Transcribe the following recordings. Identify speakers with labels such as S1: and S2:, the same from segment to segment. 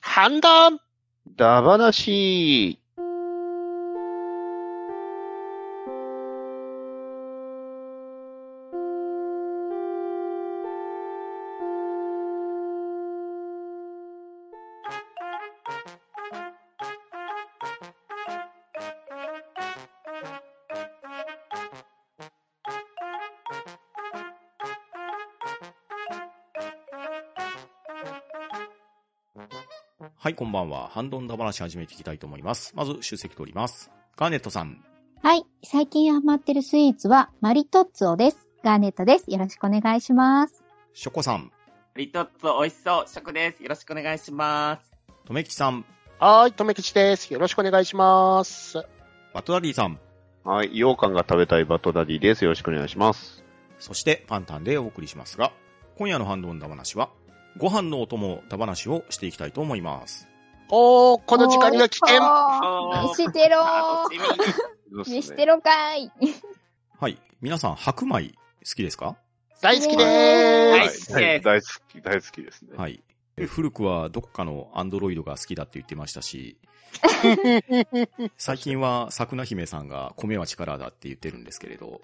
S1: 判断
S2: ダバなし
S3: はい、こんばんは。ハンドンダ話始めていきたいと思います。まず、出席取ります。ガーネットさん。
S4: はい。最近ハマってるスイーツは、マリトッツォです。ガーネットです。よろしくお願いします。
S3: ショコさん。
S5: リトッツォ美味しそう、食です。よろしくお願いします。
S3: とめきちさん。
S1: はーい、とめきちです。よろしくお願いします。
S3: バトダリーさん。
S2: はい、羊羹が食べたいバトダディです。よろしくお願いします。
S3: そして、パンタンでお送りしますが、今夜のハンドンダ話は、ご飯のお供ダ話をしていきたいと思います。
S1: おー、この時間には危険
S5: おー
S4: 飯テ ロ
S5: 楽しみ。
S4: 飯テロかい
S3: はい。皆さん、白米、好きですか
S1: 大好き
S2: は
S1: で
S2: い
S1: ーす。
S2: 大大好き、大好きですね。
S3: はい。え古くはどこかのアンドロイドが好きだって言ってました し、最近は桜姫さんが米は力だって言ってるんですけれど、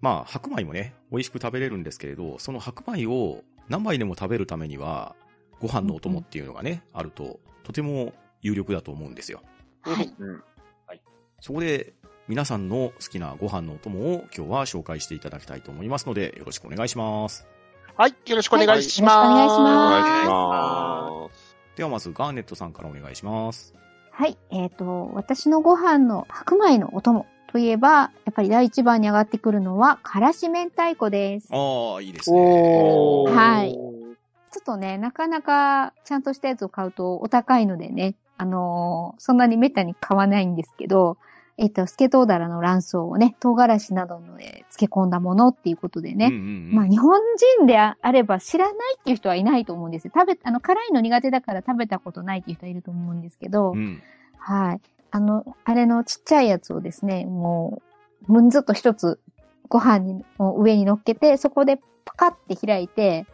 S3: まあ、白米もね、美味しく食べれるんですけれど、その白米を何杯でも食べるためには、ご飯のお供っていうのがね、あると、とても有力だと思うんですよ。
S4: はい。
S3: そこで、皆さんの好きなご飯のお供を今日は紹介していただきたいと思いますので、よろしくお願いします。
S1: はい、よろしくお願いし
S4: はいよろしくお
S2: お
S1: ま。
S4: 願い
S2: 願い
S4: し
S2: し
S5: は
S2: ます。
S3: ではまず、ガーネットさんからお願いします。
S4: はい。えっ、と、私のご飯の白米のお供といえば、やっぱり第一番に上がってくるのは、からし明太子です。ちょ
S3: ああ、いいですすね。
S1: ー
S4: はいっとね、なかなかちゃんとしたやつを買うとお高いのでね、あのーそんなにめったに買わないんですけど、えっ、と、スケトウダラの卵巣をね、唐辛子などの、えー漬け込んだものっていうことでね、
S3: うんうんうん
S4: まあ、日本人であれば知らないっていう人はいないと思うんですよ。食べ、あの、辛いの苦手だから食べたことないっていう人はいると思うんですけど、
S3: うん。
S4: はい。あの、あれのちっちゃいやつをですね、もう、むんずっと一つご飯にの上に乗っけて、そこでパカって開いて、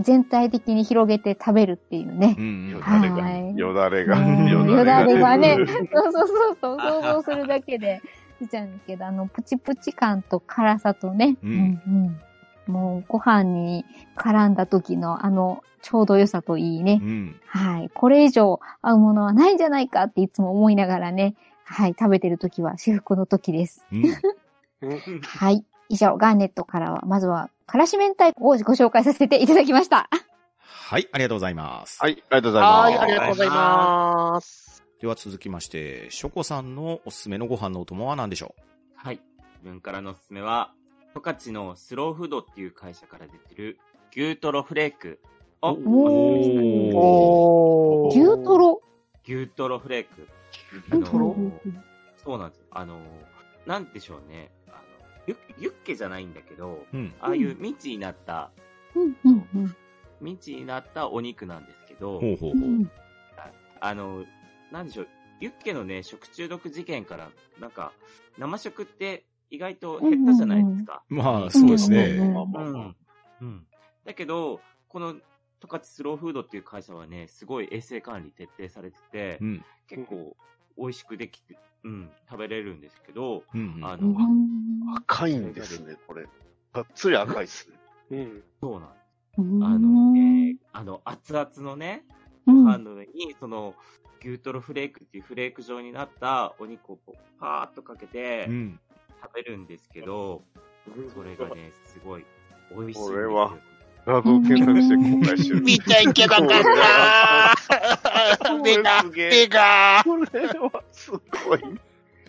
S4: 全体的に広げて食べるっていうね
S3: う。んうん
S2: よだ
S4: は
S2: れ
S4: はい
S2: が、よだれが、
S4: ねえよだれがね、 そうそうそうそ
S5: あ
S4: う、
S5: は
S4: 想
S5: は
S4: 像するだけで出ちゃうんですけど、あの、プチプチ感と辛さとね、
S3: うん
S4: うんうんもうご飯に絡んだ時のあの、ちょうど良さといいね
S3: う。ん。
S4: はい。これ以上合うものはないんじゃないかっていつも思いながらね、はい。食べてる時は至福の時です。
S3: うん。
S4: はい。以上、ガーネットからは、まずは、からし明太子をご紹介させていただきました。
S3: はい、ありがとうございます。
S2: はい、ありがとうございます。
S1: はい、ありがとうございます。
S3: では続きまして、ショコさんのおすすめのご飯のお供は何でしょ
S5: はい。自分からのおすすめは、十勝のスローフードっていう会社から出てる牛トロフレークをおすすめしたい
S3: おー
S1: お
S4: 牛トロ。
S5: 牛トロフレーク。
S4: 牛トロ
S5: あのそうなんです。あの、なんでしょうね。あのユッユッケじゃないんだけど、
S3: ううん。
S5: ああいう未知になった、
S4: うん、うん、うん
S5: 未知になったお肉なんですけど、
S3: ほうほう
S4: う
S3: ほう。
S4: ん。
S5: あの、なんでしょう、ユッケのね、食中毒事件から、なんか、生食って意外と減ったじゃないですか。
S3: まあ、そうです
S4: うんうん
S3: ね。
S4: うん
S5: うん。うんだけど、この、十勝スローフードっていう会社はね、すごい衛生管理徹底されてて
S3: う、ん。
S5: 結構、美味しくできて、うん、食べれるんですけど、
S3: うん。
S5: あ
S3: う
S5: の、
S2: 赤いんですね、これ。がっつり赤いですね。
S1: うん。
S5: そうなんです。
S4: うん
S5: あの、えーあの、熱々のね、ご
S4: うん
S5: 飯の上に、その、牛トロフレークっていうフレーク状になったお肉をこうパーッとかけて、
S3: ん。
S5: 食べるんですけど、それがね、すごい美味しいんですよ。
S2: これは画像検索して公開してる。
S1: 見ちゃいけなかった。目が、目が、
S2: これはすごい。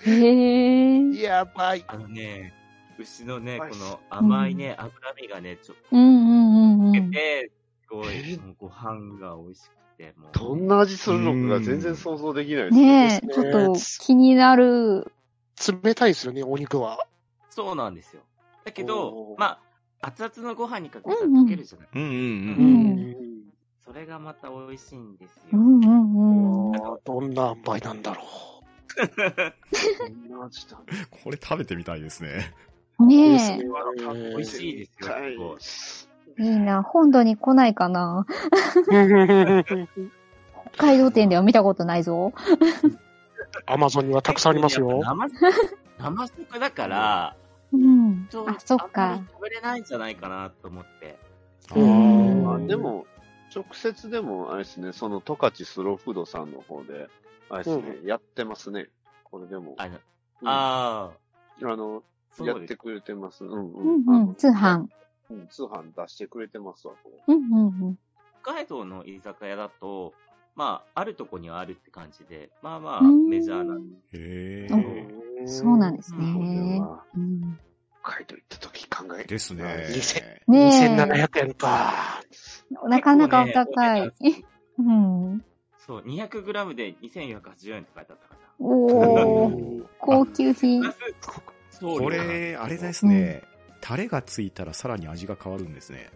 S4: へえ。
S1: やばい。
S5: あのね、牛のね、こ
S2: はい
S5: の甘いね、脂身がね、ちょっと
S4: うんうんうんう
S5: つけ
S4: ん。
S5: て、すご
S2: え
S5: い、もうご飯が美味しくて、もう。
S2: どんな味するのかが全然想像できないです
S4: ねえ、
S1: です
S4: ち
S1: ね
S4: ょっと気になる。
S1: 冷たいですよね、お肉は。
S5: そうなんですよ。だけど
S1: お、ー
S5: まあ、熱々のご飯にかけたら
S4: うんうん
S5: 溶けるじゃない。
S3: うんうん
S4: う
S3: うんん。
S5: それがまた美味しいんですよ。
S4: う んうんうん。
S1: あーどんな塩梅なんだろ
S2: こんな味だね
S3: これ食べてみたいですね。
S1: う。
S4: ねえ。
S1: ね
S5: 美味しいですよ
S2: 絶対
S5: すごい
S4: いいな。本土に来ないかな。 北海道店では見たことないぞ。
S1: アマゾンにはたくさんありますよ。
S5: 生、生食だから、
S4: うん
S5: ちょ。
S4: あ、そっ
S5: あんま
S4: か
S5: り。食べれないんじゃないかなと思って。
S4: うん
S2: ま
S1: あ
S2: あで、も、直接でも、あれですね、その十勝スローフードさんの方で、あれですね、やってますね。これでも。
S5: あの、
S2: うんあ
S5: あ
S2: の、
S5: あ、そ
S2: や
S5: う
S2: っ
S5: です
S2: て。くれてます。うん
S4: う
S2: うんん。
S4: うん。通
S2: あの。
S4: 販。
S2: うん通販出してくれてますわ、これ
S4: うんうん
S5: 北海道の居酒屋だと、まあ、あるとこにはあるって感じで、まあまあ、
S4: うん。
S5: メジャーなんで。
S3: へ
S4: う
S3: え。
S4: うんそうなんです
S5: う
S2: これ
S4: ね。
S2: は
S4: うん
S2: 北海道行った時考えて。
S3: ですね。
S4: ねえ。
S1: 2700円か。
S4: なかなかお
S5: 結構
S4: 高
S5: ね
S4: い
S5: お。値段
S4: うん。
S5: そう、200g で2480円って書いてあったか
S4: おー。高級品
S5: ら。。そう
S3: これ、あれですね。タレがついたらさらに味が変わるんですね。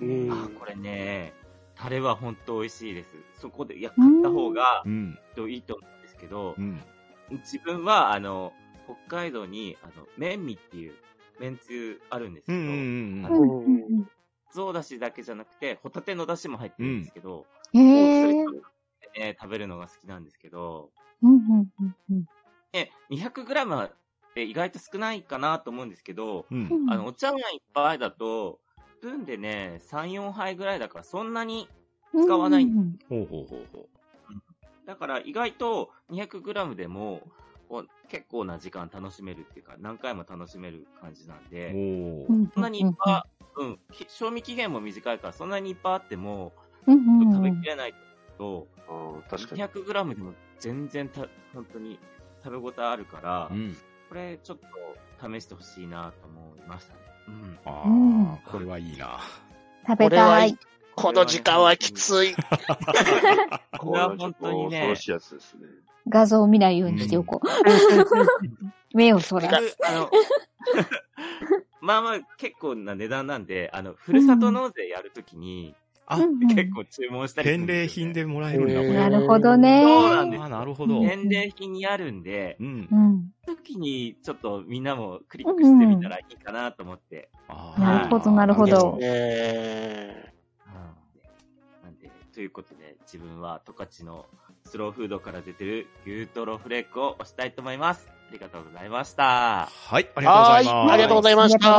S1: うん
S5: あ、これね、タレは本当美味しいです。そこで、いや、買った方が
S3: うん。
S5: いいと思うんですけど
S3: う、ん。
S5: 自分は、あの、北海道に、あの、麺味っていう、麺つゆあるんですけ
S3: う
S5: ど、
S3: ん。
S4: うんうん
S5: ゾウだしだけじゃなくて、ホタテのだしも入ってるんですけど、
S4: うん。へえ。
S5: それでね、食べるのが好きなんですけど、
S4: うんうんうんうん
S5: ね、200g って意外と少ないかなと思うんですけど、
S3: うん
S4: う。ん。
S5: あの、お茶碗一杯だと、スプーンでね、3、4杯ぐらいだからそんなに、使わない
S4: うんう
S3: ほ
S4: ん
S3: うほうほうほ
S5: だから意外と 200g でも、こう結構な時間楽しめるっていうか、何回も楽しめる感じなん
S3: う。
S5: で、
S3: お
S4: うん。
S5: そんなにいっぱい、うん、き賞味期限も短いから、そんなにいっぱいあっても、
S4: うん
S5: ちょ
S4: う
S5: っと
S4: んう
S5: 食
S4: ん
S5: べきれないと、
S2: ああ、確かに。
S5: 200g でも全然た、本当に食べ応えあるから、
S3: うん。
S5: これちょっと試してほしいなと思いましたね。うん。
S3: ああ、これはいいな。
S4: 食べたい。
S1: この時間はきつい。
S5: これは本当に
S2: 恐ろ
S5: ね、
S2: しいやつですね。
S4: 画像を見ないようにしておこう。目をそらす。
S5: あの、まあまあ結構な値段なんで、あの、ふるさと納税やるときに、
S3: あ
S4: うんうん
S5: 結構注文したりする
S3: 返
S5: んで
S3: 礼
S5: すよ
S3: 品
S5: ね
S3: でもらえるんだ、これ。
S4: なるほどね。
S5: そうなんです
S3: ああ、なるほど。
S5: 返礼品にあるんで、
S3: うん
S4: う。ん。
S5: 時にちょっとみんなもクリックしてみたらいいかなと思って。
S3: ああ
S5: なるほ
S4: どなるほど
S1: え
S5: なんで、ということで、自分は十勝のスローフードから出てる牛トロフレークを押したいと思います。ありがとうございました。
S3: はい、あ
S1: ー
S3: りがとうございま
S1: は
S3: す。
S1: ありがとうございまし
S2: あ
S4: あり
S2: り
S4: が
S2: が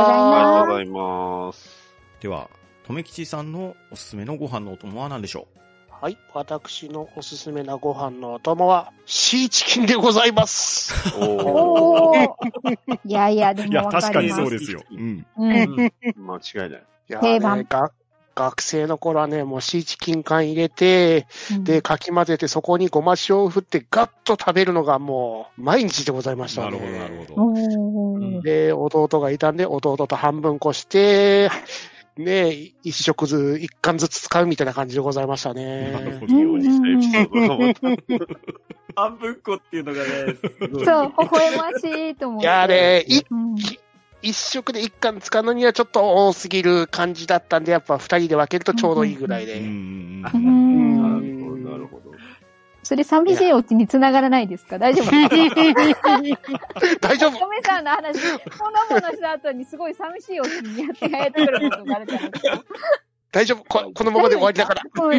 S2: と
S4: とう
S2: う
S4: ご
S2: ございます。
S3: では、とめきちさんのおすすめのご飯のお供は何でしょ
S1: はい。私のおすすめなご飯のお供は、シーチキンでございます。
S2: お
S4: おー。いやいや、で
S3: う
S4: もわかります。
S3: すよ。うん。
S4: うん。
S2: お、間違いない。
S1: い や
S4: 定番
S1: ねが学生の頃はね、もうシーチキン缶入れて、で、、かき混ぜて、そこにごま塩を振って、ガッと食べるのがもう、毎日でございました
S3: な
S1: ね。
S3: るほど、なるほど。
S4: おー。
S1: で、弟がいたんで、弟と半分こして、ね、一食ず、一貫ずつ使うみたいな感じでございました
S3: なるほど
S1: ね。
S2: いいようにしたエピソードがまた。
S5: 半分こっていうのがね、すごい
S4: そう、微笑ましいと思っ
S1: い
S4: て。
S1: やね、い
S4: うん
S1: 一食で一貫使うのにはちょっと多すぎる感じだったんで、やっぱ二人で分けるとちょうどいいぐらい
S3: うん
S1: で。
S3: うん
S4: う
S3: うん。
S1: うん
S4: ん。
S2: なるほど、 なるほど。
S4: それ寂しいおうちに繋がらないですか大丈夫
S1: 大丈夫
S4: おめさんの話、こんなものした後にすごい寂しいお家にやって帰ってくることがあるから。
S1: 大丈夫ここのままで終わりだから。
S4: うん、あ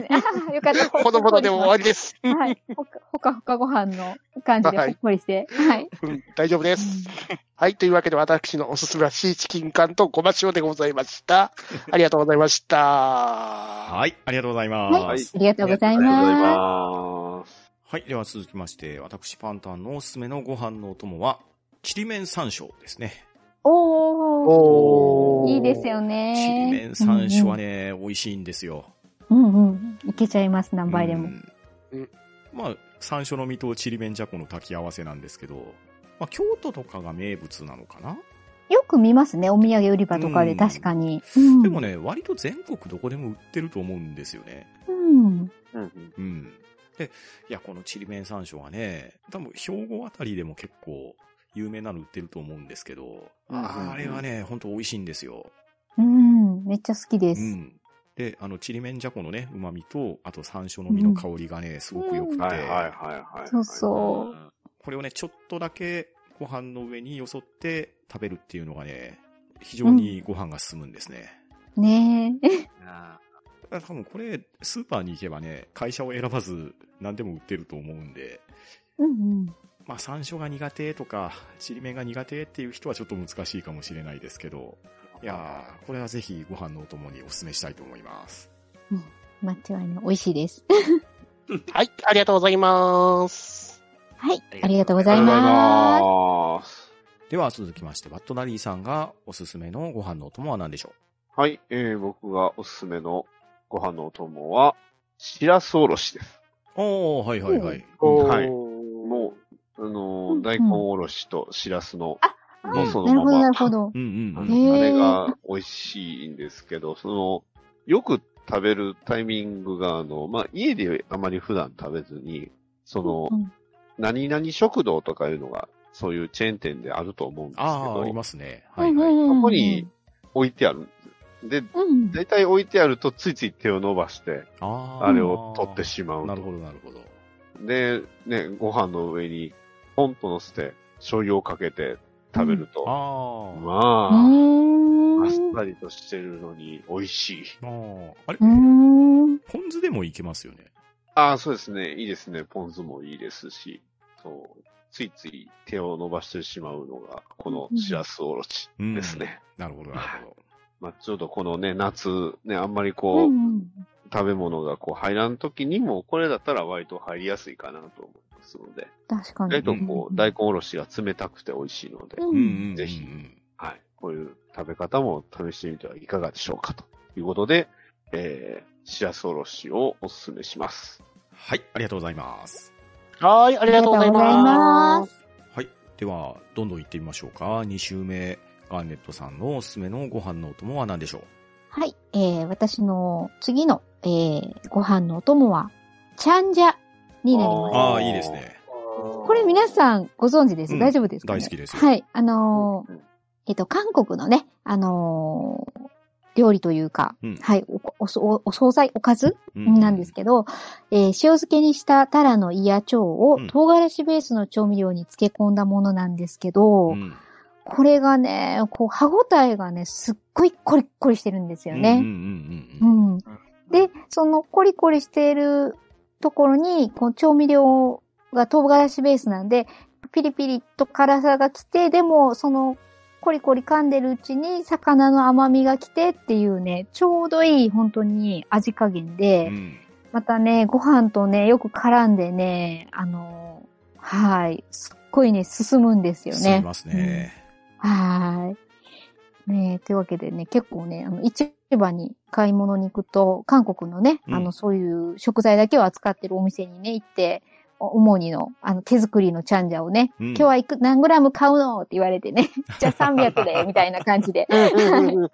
S4: あ、よか った。
S1: このままでも終わりです。
S4: り。はい。ほかほかほかご飯の感じでほっこりして。はい。
S1: うん大丈夫です。はい。というわけで、私のおすすめはシーチキン缶とごま塩でございました。ありがとうございました。は
S3: はい、ありがとうござい
S4: は
S3: ま
S4: い
S3: す。。
S4: ありがとうござ
S2: あ
S4: い
S2: りがとうござい
S4: ま
S2: ます。
S3: はい、では続きまして、私パンタンのおすすめのご飯のお供は、ちりめん山椒ですね。
S4: す。おー。
S1: お
S4: いいですよ
S3: ちりめ
S4: ね。
S3: ん山椒はね、美味しいんですよ。
S4: うんうん。いけちゃいます、何倍でも。
S3: うん
S1: うん
S3: まあ、山椒の実とちりめんじゃこの炊き合わせなんですけど、まあ、京都とかが名物なのかな、
S4: よく見ますね、お土産売り場とか
S3: う
S4: で
S3: ん
S4: 確かに。うん
S3: でもね、割と全国どこでも売ってると思うんですよね。
S4: うん。
S2: うんうん
S3: うん。で、いや、このちりめん山椒はね、多分兵庫あたりでも結構有名なの売ってると思うんですけど、
S2: うんうん
S3: あれはね、本当美味しいんですよ。
S4: うん。めっちゃ好きで
S3: う
S4: す。
S3: ん。で、あの、ちりめんじゃこのね、旨味と、あと山椒の実の香りがね、すごく良くて、
S2: はいはいはいはい。
S4: そうそ
S3: これをね、ちょっとだけご飯の上によそって食べるっていうのがね、非常にご飯が進むんですね。
S4: ね え。
S5: あー
S3: 多分これ、スーパーに行けばね、会社を選ばず何でも売ってると思うんで、
S4: うん
S3: まあ山椒が苦手とか、ちりめんが苦手っていう人はちょっと難しいかもしれないですけど、いやー、これはぜひご飯のお供にお勧めしたいと思います。
S4: うん。間違いない。美味しいです。
S1: はい、ありがとうございます。
S4: はい。
S5: あ
S4: あ
S5: り
S4: り
S5: が
S4: が
S5: と
S4: と
S5: うご
S4: う
S5: ざ
S4: ござ
S5: い
S4: い
S5: ま
S4: ま
S2: ま
S4: す。
S2: す。
S3: では続きまして、バットナリーさんがおすすめのご飯のお供は何でしょ
S2: はい、えー、僕がおすすめのご飯のお供は、しらすおろしです。
S3: うおー、はいはいはい。
S2: お
S3: うん
S2: ーはい
S1: も
S2: もう、あのー
S4: うんうん
S2: 大根おろしとしらすの、
S3: あ
S2: もうそ
S4: なる
S2: の
S4: ほど、な
S2: ま
S4: るほど。
S3: うん
S2: ま、
S3: う
S2: あ
S3: ん
S4: へー
S2: のあれが美味しいんですけど、その、よく食べるタイミングが、あの、まあ、家であまり普段食べずに、その、
S4: うん
S2: 何々食堂とかいうのが、そういうチェーン店であると思うんですけ
S3: ああ、あり
S2: ど、
S3: ますね。
S4: う
S3: はい
S4: ん
S3: はい。
S4: うん
S2: そこに、置いてあるんです。で、
S4: うん。
S2: 大体置いてあると、ついつい手を伸ばして、
S3: あー
S2: あれを取ってしまう
S3: な
S2: と
S3: るほど、なるほど。
S2: で、ね、ご飯の上に、ポンと乗せて、醤油をかけて食べると、
S3: ああ。
S2: まあ、
S4: うーん。
S2: あっさりとしてるのに美味しい。
S3: あーあれ、
S4: うーん。
S3: ポン酢でもいけますよね。
S2: ああ、そうですね。いいですね。ポン酢もいいですし、そう。ついつい手を伸ばしてしまうのが、このシラスおろし
S3: うん
S2: ですね。
S3: なるほど、なるほど。
S2: まあ、ちょっとこのね、夏、ね、あんまり
S4: う
S2: こう、
S4: ん
S2: 食べ物がこう入らん時にも、これだったら割と入りやすいかなと思いますので、
S4: 確か
S2: 意
S4: に。
S2: 外とこう、大根おろしが冷たくて美味しいので、
S3: う
S4: う
S3: んうん
S4: ん。
S3: うんうん。
S2: ぜひはい。こういう食べ方も試してみてはいかがでしょうかということで、えー、しらすおろしをおすすめします。
S3: はい、ありがとうございます。
S1: はい、ありがとうござい
S4: ありがとうござい
S1: ま。
S4: ます
S3: はい。では、どんどん行ってみましょうか。2週目、ガーネットさんのおすすめのご飯のお供は何でしょう
S4: はい。えー、私の次の、えー、ご飯のお供は、ちゃんじゃになります。
S3: あ
S2: あー
S3: あ、いいですね。
S4: これ皆さんご存知です、
S3: うん
S4: 大丈夫ですか、ね、
S3: 大好きですよ
S4: はい。あのー
S2: うん
S4: えっと、韓国のね、あのー料理というか、
S3: うん
S4: はい、お、お、お、お惣菜、おかず
S3: う
S4: なんですけど、えー塩漬けにしたタラのイヤチョウを
S3: うん
S4: 唐辛子ベースの調味料に漬け込んだものなんですけど、
S3: うん
S4: これがね、こう、歯ごたえがね、すっごいコリッコリしてるんですよ
S3: うんう
S4: ね。
S3: ん
S4: う
S3: うんうん。
S4: ん。で、そのコリコリしているところに、こう調味料が唐辛子ベースなんで、ピリピリと辛さが来て、でも、その、コリコリ噛んでるうちに、魚の甘みが来てっていうね、ちょうどいい、本当に味加減で、
S3: うん
S4: またね、ご飯とね、よく絡んでね、あの、はい、すっごいね、進むんですよね。
S3: 進みますね。
S4: はーい。ねえ、というわけでね、結構ね、あの、市場に買い物に行くと、韓国のね、
S3: うん
S4: あの、そういう食材だけを扱ってるお店にね、行って、お主にの、あの、手作りのチャンジャをね、
S3: 今
S4: 今日はいく、何グラム買うのって言われてね、 じゃあ300で、みたいな感じで、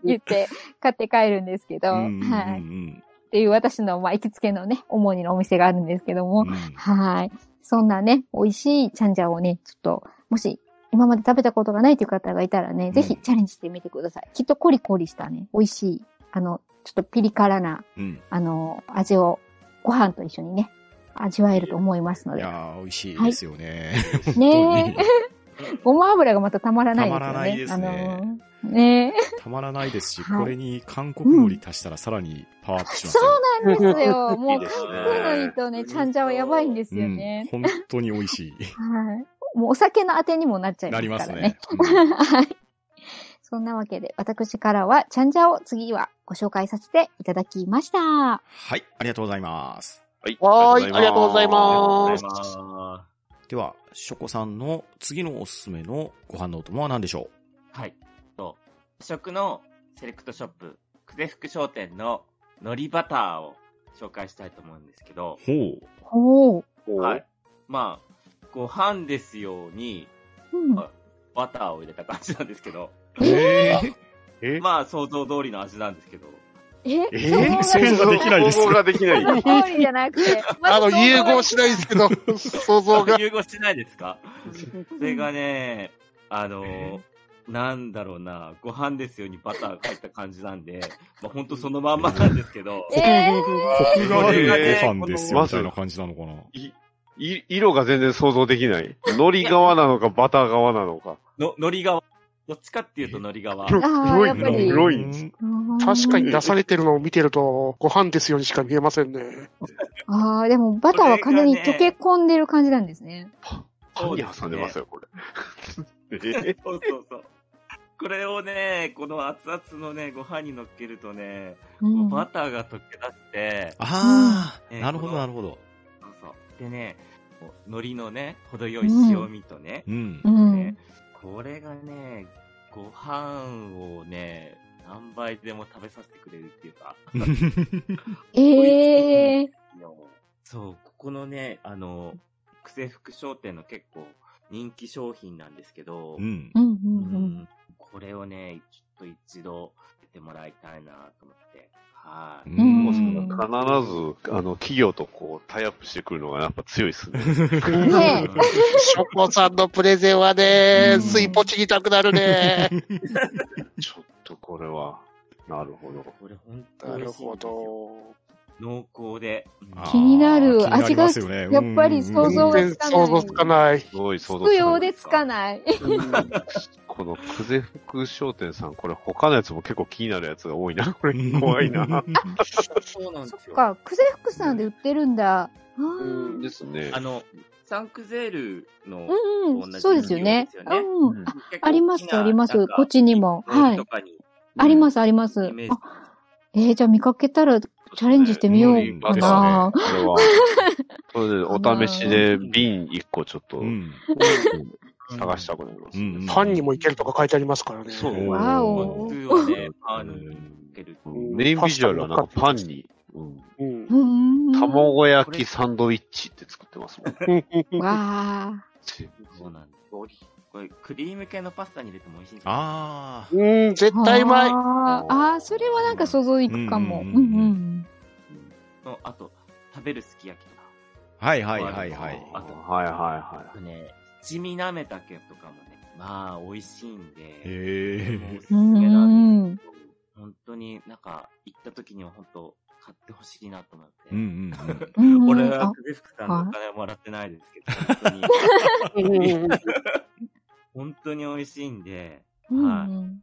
S4: 言って、買って帰るんですけど、はい。っていう私の、まあ、行きつけのね、主にのお店があるんですけども、はい。そんなね、美味しいチャンジャオをね、ちょっと、もし、今まで食べたことがないという方がいたらね、
S3: ん
S4: ぜひチャレンジしてみてください。きっとコリコリしたね、美味しい、あの、ちょっとピリ辛な、
S3: うん。
S4: あの、味を、ご飯と一緒にね、味わえると思いますの
S3: い
S4: で。
S3: やー、美味しいですよね。
S4: ねえ。ごま油がまたたまらないですよ
S3: たまら
S4: ね。
S3: ないですね
S4: あのね
S3: たまらないですし、
S4: はい
S3: これに韓国海苔足したらさらにパワーアップしますよ。
S4: え。なんです よ。もう、
S2: いい
S4: 韓
S2: ですね
S4: 国のりとね、チャンジャオはやばいんですよね。
S3: うん、本当に美味し
S4: はい。もうお酒のあてにもなっちゃ
S3: い。
S4: い
S3: な
S4: ます
S3: りま
S4: か
S3: す
S4: らね
S3: ね。。うん
S4: はい。そんなわけで、私からは、チャンジャを次はご紹介させていただきました。
S3: はい、ありがとうございます。
S2: はい。
S1: はーいありがとうござい
S5: あり
S1: ま
S5: がとうございま
S3: では、ショコさんの次のおすすめのご飯のお供は何でしょ
S5: す。はい。と、食のセレクトショップ、久世福商店の海苔バターを紹介したいと思うんですけど、
S3: うほう。
S4: おお。
S2: おー
S5: はい。まあ、ご飯ですように
S4: うん。
S5: あバターを入れた感じなんですけど、
S3: えー、
S2: え
S5: まあ想像通りの味なんですけど、
S4: え
S2: え
S3: ー想像ができないです
S2: 想像ができない。
S4: その通りじゃなくて、ま
S1: あの、
S4: ず想像が
S1: 融合しないですけど、 想像が。
S5: 融合しないですかそれがね、あの、
S2: え
S5: なんだろうな、ご飯ですようにバターが入った感じなんで、まあ、ほんとそのまんまなんですけど、
S4: え
S3: コクがある
S5: えー
S3: ご飯ですよ、みたいな感じなのかな。
S2: い色が全然想像できない。海苔側なのか、バター側なのか。
S5: の、海苔がどっちかっていうと、のり側。
S4: ああ、やっぱり。
S2: 黒い
S1: 確かに出されてるのを見てると、ご飯ですよにしか見えませんね。
S4: ああ、でもバターは完全に溶け込んでる感じなんですね。
S2: パンに挟んでますよ、こ れ。え
S5: そうそうそう。これをね、この熱々のね、ご飯に乗っけるとね、
S4: うん
S5: バターが溶け出して、
S3: ああ、
S5: うん
S3: なるほど、なるほど。
S5: そうそう。でね、こう海苔のね、程よい塩味とね、
S3: うん
S4: う。
S5: ね
S4: ん。
S5: これがね、ご飯をね、何倍でも食べさせてくれるっていうか、
S4: ええ
S5: そう、ここのね、あの、癖福商店の結構人気商品なんですけど、
S3: うん
S4: う。んう
S5: うんんこれをね、ちょっと一度やってもらいたいなと思って、はい。
S3: う
S4: うん
S3: ん
S2: もうその必ず、あの、企業とこう、タイアップしてくるのがやっぱ強いっすね。
S4: うん。ね
S1: ショコさんのプレゼンはね
S4: う、ん
S1: 水ポチりたくなるね。
S2: ちょっとこれは、なるほど。
S5: これ本当
S1: な
S5: 美
S1: る
S5: 味しいん
S1: ほ
S5: ですよ。
S1: ど。
S5: 濃厚で。
S3: あ
S4: え。
S3: ー
S4: 気になる
S3: 気にな
S4: 味
S3: り
S4: が、
S3: ますよね
S4: やっぱり想像が
S1: 全
S4: つ
S1: 然
S4: か
S1: 想像つ
S4: な
S1: か
S4: い。
S1: ない。
S2: すごい想像
S4: 不
S2: つかな
S4: 用
S2: い
S4: でつかない。
S2: このクゼ福商店さん、これ他のやつも結構気になるやつが多いな。これ怖いな。。
S5: そうなん
S4: そ
S5: で
S4: っ
S5: すよ。
S4: か、クゼ福さんで売ってるんだ。あー
S1: うん
S2: ですね。
S5: あの、サンクゼールの、
S4: うん
S5: 同
S4: うん、
S5: じ
S4: そうですよね
S5: 内。容ですよね
S4: うん。あありますありますこっちにもはい
S5: とかに、
S4: あります、あります。
S5: イメージ
S4: あ、えー、じゃあ見かけたらチャレンジしてみようかな。
S2: これは、それでお試しで瓶1個ちょっと
S3: う、ん。
S2: 探したくなります
S3: うんうん
S2: ね。
S1: パンにもいけるとか書いてありますからね。
S2: そう
S3: うん
S4: わ
S5: 普
S4: お
S5: 通はね、パーにかける。
S2: メインビジュアルはなんかパンに、うん
S1: うん
S4: う。ん。
S2: 卵焼きサンドイッチって作ってますもん。
S4: わあ。
S5: そうなんです。これ、クリーム系のパスタに入れても美味しいんですよ
S3: ああ。
S1: うん、絶対うまい。
S4: あーあー、それはなんか想像いくかも。
S3: う
S4: うんん
S3: う
S4: うん
S3: うん
S4: ん。
S5: のあと、食べるすき焼きとか。
S3: はいはいはいはい。
S2: あはいは
S5: あとね、七味なめたけとかもね、まあ、美味しいんで、
S3: へ
S5: もうお
S3: え。
S5: すすめなんですけど、本当になんか、行った時には本当、買ってほしいなと思っ
S3: うん
S5: て。
S3: うんうん。
S4: うんうん
S5: 俺は
S4: あ、
S5: 久世福さんのお金はもらってないですけ ど、本当に、
S1: うん
S5: 本当に美味しいんで、
S4: うん
S5: 本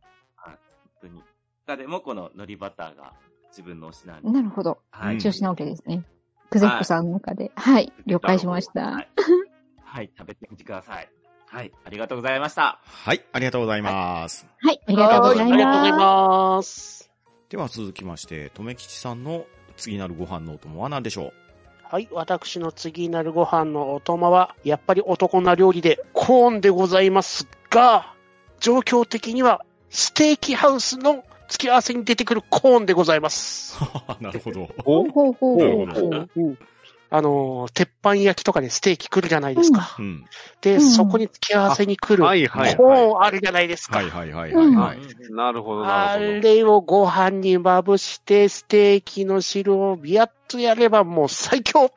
S5: 当に。中でもこの海苔バターが自分の推しなんで
S4: うん。。なるほど。
S5: はい。
S4: 一押しなわけですね。クゼックさんの中で。はい、了解しまし
S5: は
S4: た。
S5: い。はい食べてみてください。はい。ありがとうございました。
S3: はい、ありがとうございます。
S4: はい、ありがとうござい
S1: はありがとうござい
S4: ます。
S1: ます。
S3: では続きまして、とめきちさんの次なるご飯のお供は何でしょ
S1: はい、私の次なるご飯のお供は、やっぱり男な料理でコーンでございますが、状況的にはステーキハウスの付き合わせに出てくるコーンでございます。
S3: う なるほど。
S4: ほうほうほうほう
S3: なるほ
S4: ほう。
S1: うんあのー、鉄板焼きとかでステーキ来るじゃないですか。
S3: うん。
S1: で、
S4: うん
S1: そこに付き合わせに来る
S2: い。はいはい
S1: コー
S2: は
S1: ンあるじゃないですか。
S3: はいはいはいはいはい。
S2: い。なるほど、な
S1: あ
S2: るほど。
S1: れをご飯にまぶして、ステーキの汁をビヤッとやればもう最強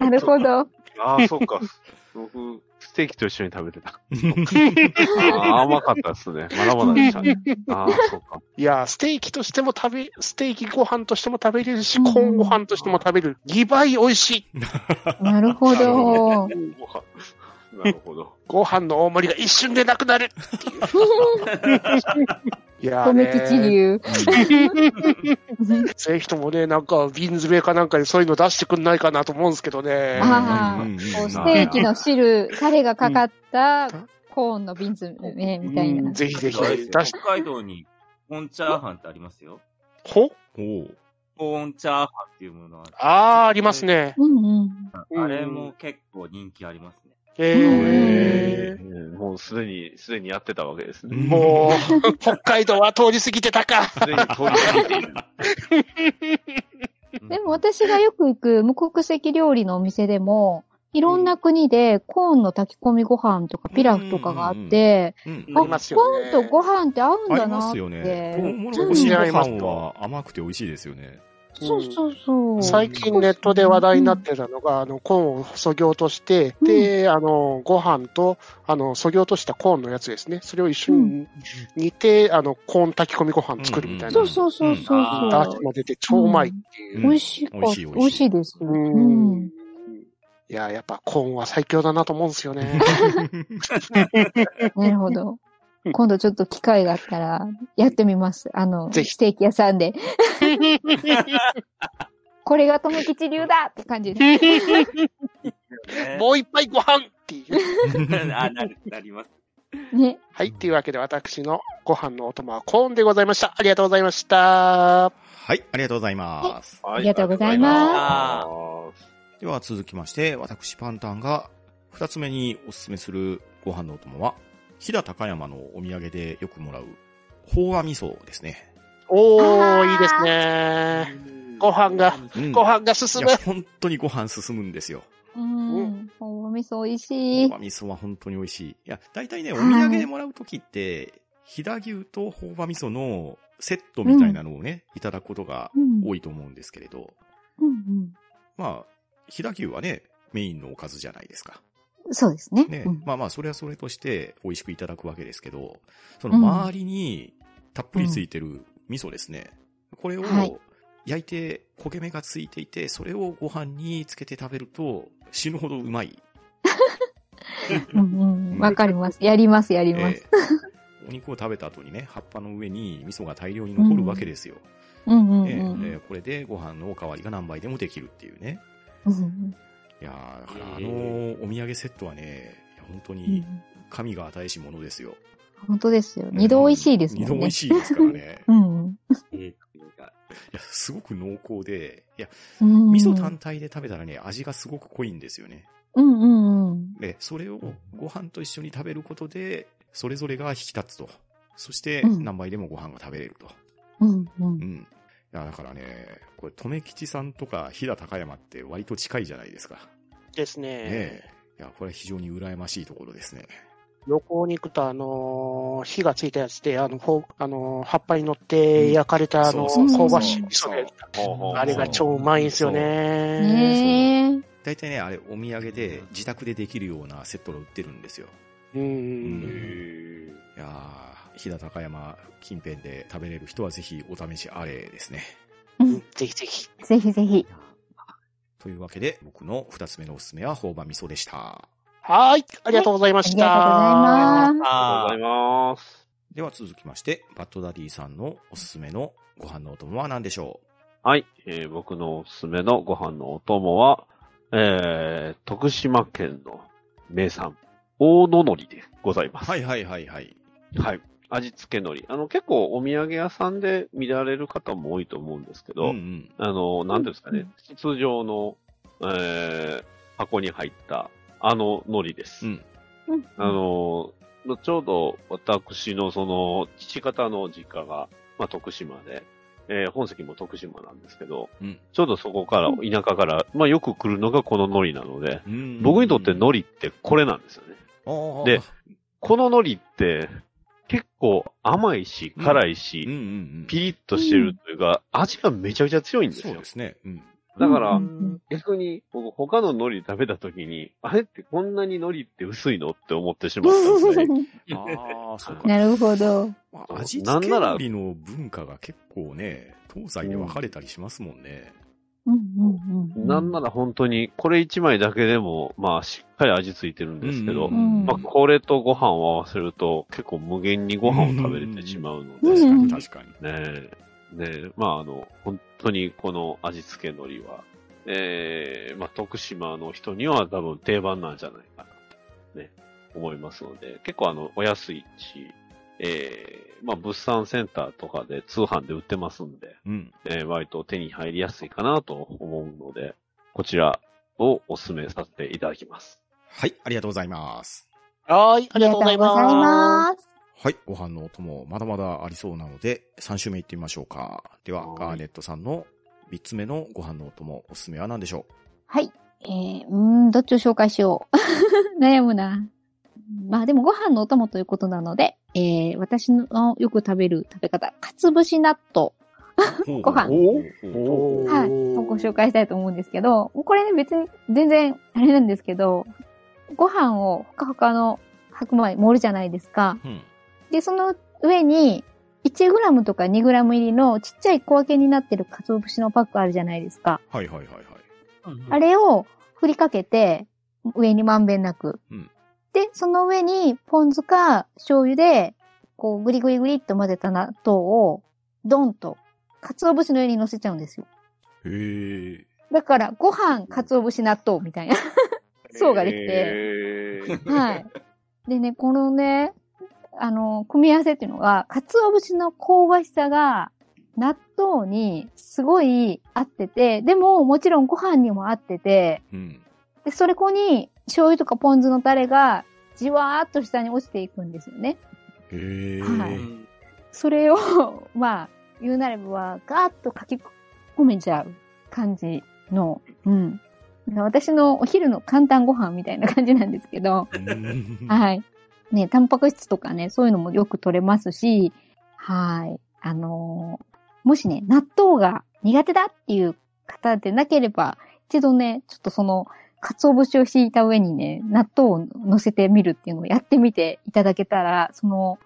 S4: なる ほど。
S2: あ あ、そっか。僕、ステーキと一緒に食べて た。ああ、甘かったですね。まだまだでしたね。ああ、そっか。
S1: いやー、ステーキとしても食べ、ステーキご飯としても食べれるし、
S4: うん
S1: コーンご飯としても食べれる。2倍美味しい。
S4: なるほど。
S2: なるほど。
S1: ご飯の大盛りが一瞬でなくなる。 いやー
S4: とめきち
S1: ね
S4: 流。
S1: ぜひともね、なんか、瓶詰めかなんかでそういうの出してくんないかなと思うんですけどね。
S4: ああ
S3: うんうんうん
S4: こうステーキの汁、タレがかかったコーンの瓶詰めみたい
S1: うん
S4: な。
S1: ぜひぜひ
S5: あれですよ
S1: 出し
S5: 北海道に、コーンチャーハンってありますよ。
S1: ほ
S3: おう
S5: コーンチャーハンっていうものは
S1: あー、ありますね。
S4: うんうん。
S1: うん
S5: あれも結構人気ありますね。
S1: えー。
S2: もうすでに、すでにやってたわけですね。
S1: もう、北海道は通り過ぎてたか。
S2: すでに通り過ぎている。
S5: うん
S4: でも私がよく行く無国籍料理のお店でも、いろんな国でコーンの炊き込みご飯とかピラフとかがあって、
S3: うん
S1: あります
S4: コ
S1: よね。
S4: ーンとご飯って合うん
S3: あ
S4: だ
S3: り
S4: な
S3: ま
S4: っ
S3: すよね。トウ
S4: て。
S3: モロコシご飯は甘くて美味しいですよね。
S4: そうそうそう。
S1: 最近ネットで話題になってたのが、あの、コーンをそぎ落として、で、あの、ご飯と、あの、そぎ落としたコーンのやつですね。それを一緒に煮て、あの、コーン炊き込みご飯作るみたいな。
S4: そうそうそうそう
S5: うん
S1: だ
S5: あ
S1: し
S4: そう。
S1: も出て超うまいっていう。
S4: 美味しいか
S3: 美味しい美味しい
S4: 美味しいです。
S1: う
S4: うんん。
S1: い や、やっぱコーンは最強だなと思うんですよね。
S4: なるほど。今度ちょっと機会があったら、やってみます。あの、
S1: ぜひ
S4: ステーキ屋さんで。これが友吉流だって感じです。
S5: ね
S1: もう一杯ご飯っていう。
S5: あ、なる、なります。
S4: ね。
S1: はい。というわけで、私のご飯のお供はコーンでございました。ありがとうございました。
S3: はい、ありがとうございます。
S2: はい
S4: ありがとうございます
S2: ありがとうございます
S3: では続きまして、私パンタンが二つ目におすすめするご飯のお供は、飛騨高山のお土産でよくもらう、飽和味噌ですね。
S1: お
S4: あ
S1: ー、
S4: ー
S1: いいですね。ご飯が
S3: うん
S1: ご飯が進
S3: い
S1: む
S3: や、。本当にご飯進むんですよ。
S4: うん。お味噌美味し
S3: 大
S4: い。
S3: 葉味噌は本当に美味しい。いや、大体ね、お
S4: は
S3: 土
S4: い
S3: 産でもらうときって、飛騨牛と大葉味噌のセットみたいなのをね、いただくことが
S4: うん。
S3: 多いと思うんですけれど、
S4: うん
S3: まあ、飛騨牛はね、メインのおかずじゃないですか。
S4: うん。そうですね。
S3: ね、
S4: うん
S3: まあまあ、それはそれとして美味しくいただくわけですけど、その周りにたっぷりついてる味噌ですね。これを
S4: はい
S3: 焼いて焦げ目がついていて、それをご飯につけて食べると死ぬほどうまい
S4: うんうん。わかります。やります、やります。
S3: え えお肉を食べた後にね、葉っぱの上に味噌が大量に残るわけですよ。
S4: うんうんうん
S3: ええ
S4: うん
S3: ええこれでご飯のお代わりが何倍でもできるっていうね。
S4: うん
S3: いやーだからあ
S2: え
S3: の
S2: え
S3: お土産セットはね、いや本当
S4: う
S3: に
S4: ん。
S3: 神が与えし者ですよ。
S4: 本当ですよ。二度美味しいですもんね。
S3: 二度美味しいですからね。
S4: うん。
S5: えーなんか
S3: いやすごく濃厚で、いや、
S4: うん
S3: 味噌単体で食べたらね、味がすごく濃いんですよね。
S4: うんうんうん。
S3: で、それをご飯と一緒に食べることで、それぞれが引き立つと。そして、
S4: うん
S3: 何杯でもご飯が食べれると。
S4: うんうん
S3: う。ん。いや、だからね、これ、留吉さんとか飛騨高山って割と近いじゃないですか。
S1: です
S3: ね
S1: ね。
S3: え。いや、これは非常に羨ましいところですね。
S1: 旅行に行くと、あのー火がついたやつで、あの、ほうあのー葉っぱに乗って焼かれた、あの
S3: そう
S4: そうそう
S1: 香ばしい味噌で、
S2: ほうほうほう
S1: あれが超うまいんですよね。
S4: ねえ。
S3: 大体ね、あれ、お土産で自宅でできるようなセットが売ってるんですよ。
S1: う。
S3: うん
S2: へー
S3: いやー飛騨高山近辺で食べれる人はぜひお試しあれですね。
S1: ぜひぜひ。
S4: ぜひぜひ。
S3: というわけで、僕の二つ目のおすすめは、朴葉味噌でした。
S1: はーい。ありがとうございま
S4: あり
S1: した。
S4: がとうございます。
S2: あ
S5: あー
S2: りがとうございます。
S3: では続きまして、バッドダディさんのおすすめのご飯のお供は何でしょ
S2: はい、えー僕のおすすめのご飯のお供は、えー、徳島県の名産、大野海苔でございま
S3: う
S2: す。
S3: はいはいはいはい。
S2: はい。味付け海苔。あの、結構お土産屋さんで見られる方も多いと思うんですけど、
S3: うんうん。
S2: あの、なんていうんですかね、筒状の、えー、箱に入った、あの海苔です。
S3: うん。
S4: うん
S2: あの、ちょうど私のその、父方の実家が、まあ、徳島で、えー本籍も徳島なんですけど、
S3: うん
S2: ちょうどそこから、田舎から、まあ、よく来るのがこの海苔なので、
S3: うん
S2: 僕にとって海苔ってこれなんですよね。
S3: 苔
S2: で、この海苔って、結構甘いし、辛い
S3: うんうん
S2: し、
S3: うん。
S2: ピリッとしてるというか、味がめちゃくちゃ強いんです
S3: そう
S2: よ
S3: で。すね。うん。
S2: だから
S4: う、ん
S2: 逆に、僕、他の海苔食べた時に、あれってこんなに海苔って薄いのって思ってしまったんですね。
S3: ああ、そうか。
S4: なるほど。
S3: ま
S2: そう
S3: あ、味
S2: なん
S3: 付け
S2: なら
S3: 料理の文化が結構ね、東西で分かれたりしますもんね。
S4: うんうんうん。
S2: なんなら本当に、これ一枚だけでも、まあ、しっかり味付いてるんですけど、
S3: うん
S4: うん
S2: まあ、これとご飯を合わせると、結構無限にご飯を食べれてしまうので、
S4: うんうん
S2: ね
S3: 確かに確か
S2: え、ねえ、まあ、あの、本当にこの味付け海苔は、ええまあ、徳島の人には多分定番なんじゃないかな、ね、思いますので、結構あの、お安いし、ええまあ、物産センターとかで通販で売ってますんで、
S3: に。うん。
S2: えー、割と手に入りやすいかなと思うので、こちらをお勧めさせていただきます。
S3: はい、ありがとうございます。
S1: はーい。あ
S4: あ
S1: り
S4: り
S1: が
S4: がとうご
S1: とうござ
S4: ざ
S1: い
S4: い
S1: ます。
S4: ます。
S3: はい、ご飯のお供、まだまだありそうなので、3週目行ってみましょうか。では、
S2: はい
S3: ガーネットさんの3つ目のご飯のお供、おすすめは何でしょ
S4: はい。えー、うーん、どっちを紹介しよう。 悩むな。まあでもご飯のお供ということなので、えー、私のよく食べる食べ方、かつぶし納豆。
S3: う
S4: ご飯
S3: おーおーおー
S1: おー
S4: はい。ご紹介したいと思うんですけど、これね、別に全然あれなんですけど、ご飯をほかほかの白米盛るじゃないですか。
S3: うん。
S4: で、その上に、1g とか 2g 入りのちっちゃい小分けになってる鰹節のパックあるじゃないですか。
S3: はいはいはいはい。
S4: あれを振りかけて、上にまんべんなく。
S3: うん
S4: で、その上に、ポン酢か醤油でこう、ぐりぐりぐりっと混ぜた納豆を、ドンと、鰹節の上に乗せちゃうんですよ。
S3: へえ。
S4: だから、ご飯、鰹節、納豆みたいな層ができて、
S2: えー、
S4: はい。でね、このね、あの、組み合わせっていうのが、鰹節の香ばしさが、納豆にすごい合ってて、でももちろんご飯にも合ってて、
S3: うん。
S4: で、それこに醤油とかポン酢のタレがじわーっと下に落ちていくんですよね。
S3: へえ。
S4: はいそれを、 まあ、言うなれば、ガーッと書き込めちゃう感じの、うん。私のお昼の簡単ご飯みたいな感じなんですけど、
S3: うん
S4: はい。ね、タンパク質とかね、そういうのもよく取れますし、はい。あのーもしね、納豆が苦手だっていう方でなければ、一度ね、ちょっとその、鰹節を敷いた上にね、納豆を乗せてみるっていうのをやってみていただけたら、その、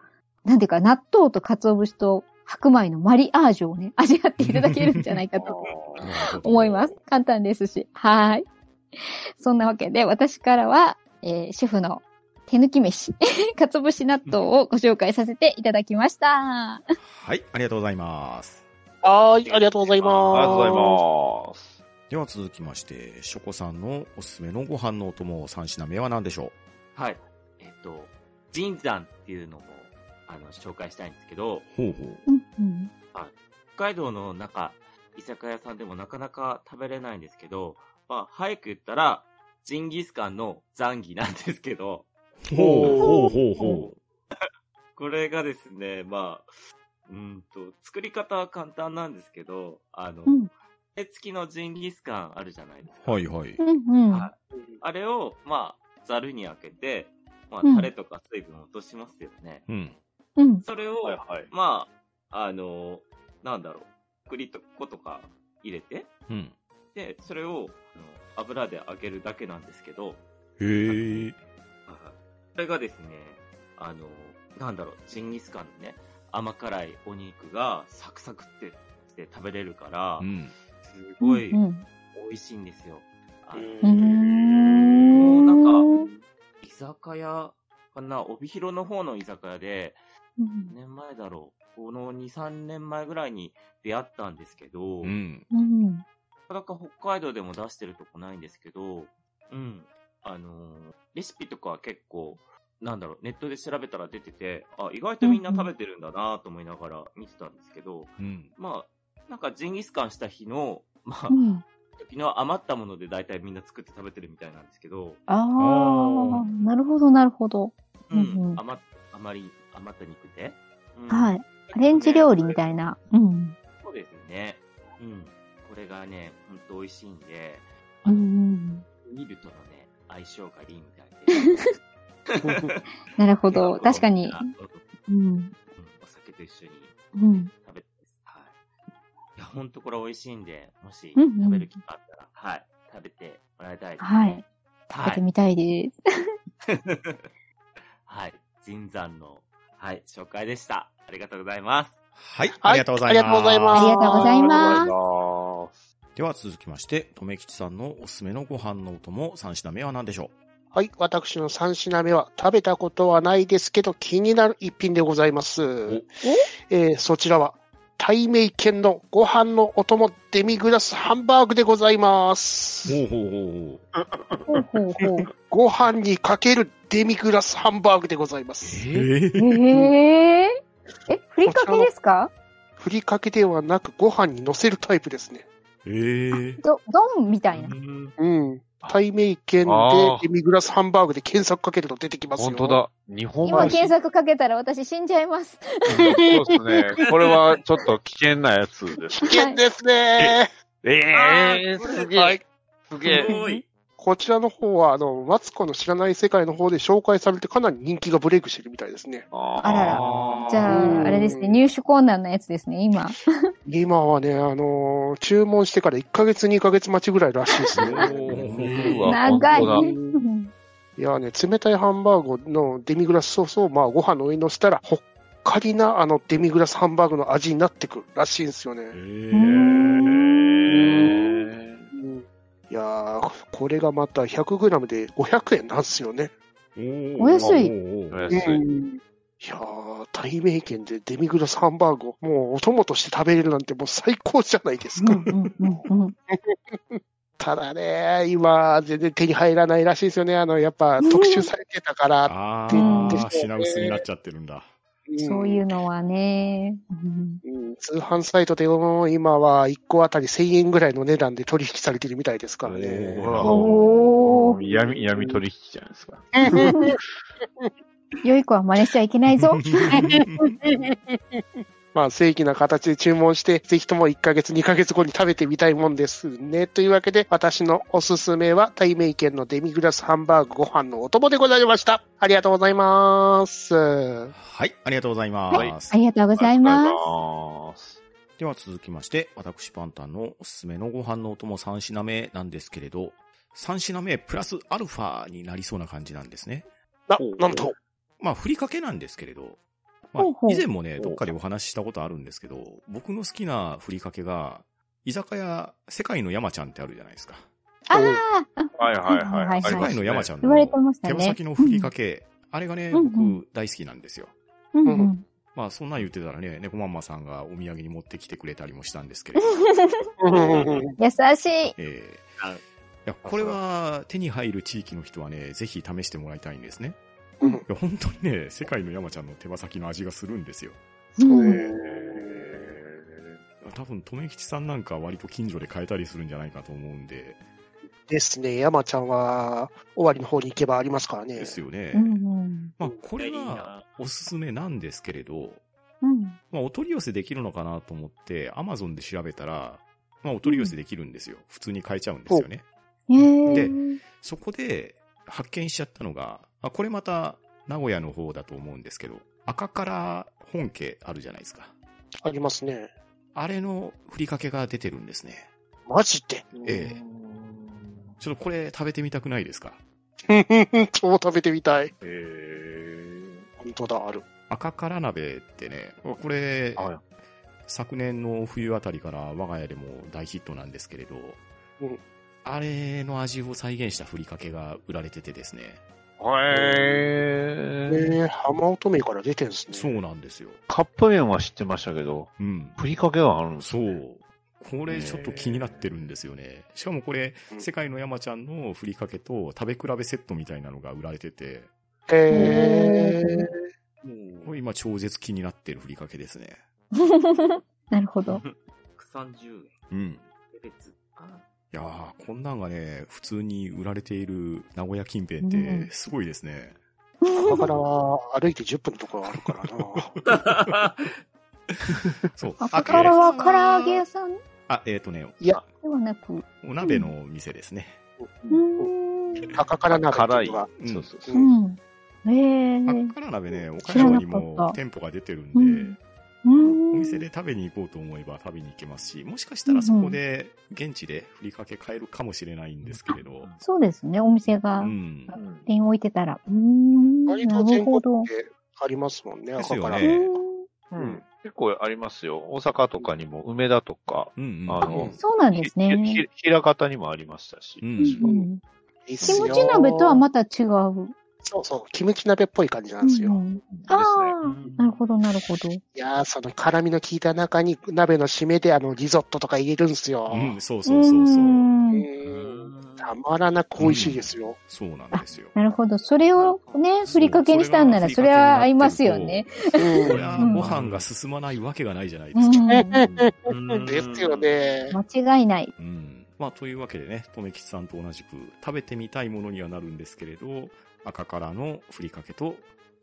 S4: なんていうか、納豆と鰹節と白米のマリアージュをね、味わっていただけるんじゃないかと思います。簡単ですし。はい。そんなわけで、私からは、えー主婦の手抜き飯、かつぶし納豆をご紹介させていただきました。
S3: はい、ありがとうございます。
S1: はーい、ありがとうございます。
S2: ありがとうございます。
S3: では続きまして、ショコさんのおすすめのご飯のお供3品目は何でしょ
S5: はい。えっと、神山っていうのも、あの、紹介したいんですけど、
S3: うほうほう。
S4: うんうん
S5: 北海道の中、居酒屋さんでもなかなか食べれないんですけど、まあ、早く言ったら、ジンギスカンのザンギなんですけど、
S3: ほうほうほうほ
S5: これがですね、まあ、うーんと、作り方は簡単なんですけど、あの、
S4: うん
S5: 手付きのジンギスカンあるじゃないです
S3: う。
S5: か。
S3: はいはい。
S4: うんうん
S5: はいあれを、まあ、ざるに開けて、まあ、
S4: うん
S5: タレとか水分落としますよね。
S3: うん。
S4: うん
S5: それを、
S2: はいはい。
S5: まあ、あの、なんだろう、栗とことか入れて、
S3: うん。
S5: で、それをあの油で揚げるだけなんですけど、
S3: へえ。
S5: それがですね、あの、なんだろう、ジンギスカンのね、甘辛いお肉がサクサクってして食べれるから
S3: う、ん。
S5: すごい
S4: うん
S5: 美
S4: うん
S5: 味しいんですよ。あの
S4: うーん
S5: もうなんか、居酒屋かな、帯広の方の居酒屋で、
S4: うん
S5: 何年前だろう、この2、3年前ぐらいに出会ったんですけど、
S3: うん。
S4: うん
S5: なかなか北海道でも出してるとこないんですけど、うん。あのーレシピとかは結構、なんだろう、ネットで調べたら出てて、あ、意外とみんな食べてるんだなと思いながら見てたんですけど、
S3: うん。
S5: まあ、なんかジンギスカンした日の、まあ
S4: う、ん
S5: 時の余ったもので大体みんな作って食べてるみたいなんですけど、
S4: あ
S3: あ
S4: あ、なるほど、なるほど。
S5: うん、
S4: うんうん
S5: 余っ余り、余った肉で。うん
S4: はい。アレンジ料理みた
S5: ない
S4: な。うん。
S5: そうですね。うん。これがね、ほんと美味しいんで、
S4: うんうん
S5: ミルとのね、相性がいいみた いで。
S4: なるほど。確かに
S5: あ。うん
S4: うん。
S5: お酒と一緒に
S4: うん。
S5: 食べてます。はい。いや、ほんとこれ美味しいんで、もし
S4: うんうん
S5: 食べる機会あったら、はい、食べてもらいたいです、ね。
S4: はい。食
S5: は
S4: べて
S5: い。
S4: みたいです。
S5: はい。神山の、はい、紹介でした。ありがとうございます。
S3: はい、
S1: はい
S3: ありがとうございます。
S1: ありがとうございます
S4: ありがとうございます
S2: ありがとうございます。
S3: では続きまして、とめきちさんのおすすめのご飯のお供3品目は何でしょ
S1: はい、私の3品目は食べたことはないですけど気になる一品でございます。えーそちらは、対名県のご飯のお供デミグラスハンバーグでございます。
S3: うほうほうほう。
S4: ほうほうほう。
S1: ご飯にかけるデミグラスハンバーグでございます。
S3: え
S4: え
S3: ー
S4: えー。え、ふりかけですか
S1: ふりかけではなくご飯に乗せるタイプですね。
S3: えー
S4: ど、どんみたいな。
S1: うん。対名県で
S2: あー
S1: デミグラスハンバーグで検索かけると出てきますよ。
S2: 本当。だ。日本
S4: 今
S2: 橋。
S4: 検索かけたら私死んじゃいます。
S2: そうですね。これはちょっと危険なやつです。
S1: 危険ですね。
S2: ええ
S5: あー
S2: ー、すげ
S1: は
S2: え
S1: い。。
S2: すげ
S5: す
S2: え。
S5: ごい。
S1: こちらの方は、あの、マツコの知らない世界の方で紹介されてかなり人気がブレイクしてるみたいですね。
S4: あら
S2: ら
S4: じゃ
S1: うん
S4: あ、あれですね、入手困難なやつですね、今。
S1: 今はね、あのー注文してから1ヶ月2ヶ月待ちぐらいらしいですね。
S2: うわ
S4: 長い。
S2: 本
S1: 当いやね、冷たいハンバーグのデミグラスソースを、まあ、ご飯の上に乗せたら、ほっかりな、あの、デミグラスハンバーグの味になってくるらしいんですよ
S3: え
S1: ね。
S2: え
S1: うんいやー、これがまた 100g で500円なんですよね。
S3: ー
S4: お安い
S3: おーおーおー
S2: ー。安い。
S1: いやー、大名犬でデミグラスハンバーグをもうお供として食べれるなんてもう最高じゃないです
S4: う
S1: か。
S4: んうんうんうん。
S1: ただね、今、全然手に入らないらしいですよね。あの、やっぱ
S4: うん
S1: 特集されてたから。
S3: あ
S4: うん
S3: あ、品薄になっちゃってるんだ。
S4: そういうのはね。うん
S1: うん。通販サイトでも今は1個あたり1000円ぐらいの値段で取引されてるみたいですからね。
S2: おー
S4: おー。
S2: 闇、闇取引じゃないですか。
S4: 良い子は真似しちゃいけな いぞ。
S1: まあ、正規な形で注文して、ぜひとも1ヶ月、2ヶ月後に食べてみたいもんですね。というわけで、私のおすすめは、大名犬のデミグラスハンバーグご飯のお供でございました。ありがとうございます。は
S3: はい、ありがとうござい
S2: はい
S3: ます。
S4: ありがとうござい
S2: ありが
S4: ま
S2: と
S4: す。
S2: うございます。
S3: では続きまして、私パンタンのおすすめのご飯のお供3品目なんですけれど、3品目プラスアルファになりそうな感じなんですね。
S1: な
S2: ほう、
S1: なんと。
S3: まあ、ふりかけなんですけれど、まあ
S4: ほうほ、う
S3: 以前もね、どっかでお話ししたことあるんですけど、僕の好きなふりかけが、居酒屋、世界の山ちゃんってあるじゃないですか。
S4: あ
S1: おう
S4: あ
S2: はいはいはい。
S4: はいはい
S2: あり
S3: 世
S2: ま
S3: 界
S2: す
S3: の
S2: ね
S3: 山ちゃん
S4: 言われて
S3: の
S4: ました
S3: 手
S4: ね。
S3: 羽先のふりかけ、あれがね、
S4: うんうん
S3: 僕大好きなんですよ。
S4: うんん
S1: う
S4: うんん。
S3: まあ、そんなん言ってたらね、猫まんまさんがお土産に持ってきてくれたりもしたんですけれど、
S1: うんうんうん
S4: 優しい。
S3: え
S2: は
S3: ー
S2: い
S3: いや、これは手に入る地域の人はね、ぜひ試してもらいたいんですね。
S1: う
S3: い
S1: ん
S3: や、本当にね、世界の山ちゃんの手羽先の味がするんですよ。
S4: うん
S3: 多分、とめきちさんなんか割と近所で買えたりするんじゃないかと思うんで、
S1: ですね、山ちゃんは、終わりの方に行けばありますからね。
S3: ですよね。
S4: うんうん
S3: まあ、これ
S5: いい
S3: が
S5: な
S3: おすすめなんですけれど、
S4: うん
S3: まあ、お取り寄せできるのかなと思って、アマゾンで調べたら、まあ、お取り寄せできるんですよ。普通に買えちゃうんですよね。
S4: へ
S3: で
S4: ー
S3: そこで発見しちゃったのが、あこれまた名古屋の方だと思うんですけど、赤から本家あるじゃないですか。
S1: ありますね。
S3: あれのふりかけが出てるんですね。
S1: マジで。
S3: ええちょっとこれ食べてみたくないですか
S1: 超食べてみたい。
S2: えー
S1: 本当だ、ある。
S3: 赤から鍋ってね、これ、
S2: はい
S3: 昨年の冬あたりから我が家でも大ヒットなんですけれど、
S1: うん
S3: あれの味を再現したふりかけが売られててですね。
S1: ね
S2: へえ。
S1: え、浜乙女から出てるんですね。
S3: そうなんですよ。
S2: カップ麺は知ってましたけど、
S3: うん。
S2: ふりかけはあるんです
S3: そ
S2: ね。
S3: う。これちょっと気になってるんですよね。しかもこれ、
S1: うん
S3: 世界の山ちゃんのふりかけと食べ比べセットみたいなのが売られてて、
S1: へえ。
S3: これ今超絶気になってるふりかけですね。
S4: なるほど。
S5: 130円。
S3: うん。
S5: 別。あ
S3: いやー、こんなんがね、普通に売られている名古屋近辺ってすごいですね。
S1: だから、歩いて10分のところあるからな。
S3: そう。
S4: 赤からは唐揚げ屋さんで
S3: あ、えっ、とね、
S4: はなく。
S3: お鍋のお店ですね。
S4: うーん。
S1: 赤から鍋って
S2: 辛
S1: い
S2: いう
S1: のが。。
S2: そうそうそうう。
S1: ん
S4: うん。へ
S3: あ
S4: ー
S3: っから鍋ね、岡
S4: 知らな
S3: 山
S4: かった
S3: にも店舗が出てるん
S4: う
S3: で
S4: ん、う
S3: お
S4: ん。
S3: 店で食べに行こうと思えば食べに行けますし、もしかしたらそこで現地でふりかけ買えるかもしれないんですけれど。
S4: そうですね。お店
S3: う
S4: が、
S3: ん。
S2: うん
S4: 点置いてたら。うーん。な
S1: 割と全
S4: るほ
S1: 国
S4: ど。
S1: でありますもんね、
S3: です
S1: 赤
S3: よ
S1: から。
S3: ね
S2: うん結構ありますよ。大阪とかにも、梅田とか、
S3: うんうん。
S2: あの、
S4: そうなんですね
S2: ひひひらかたにもありましたし。
S3: うん
S4: うんうん
S1: いいっす
S4: キ
S1: よ
S4: ムチ鍋とはまた違う。
S1: そうそう、キムチ鍋っぽい感じなんですよ。
S4: うんうんああ、なるほど、なるほど。
S1: いやー、その辛みの効いた中に鍋の締めであのリゾットとか入れるんですよ。
S3: うん、そうそうそうそうう。
S1: うんんたまらなく美味しいですよ。
S3: そうなんですよ。
S4: なるほど。それをね、ふりかけにしたんなら、それは合いますよね。。
S1: うん
S3: これはご飯が進まないわけがないじゃないです
S4: う
S3: か。
S4: ん
S5: うん
S1: ですよ。ね。
S4: 間違いない。
S3: うん。まあ、というわけでね、とめきちさんと同じく食べてみたいものにはなるんですけれど、赤からのふりかけと、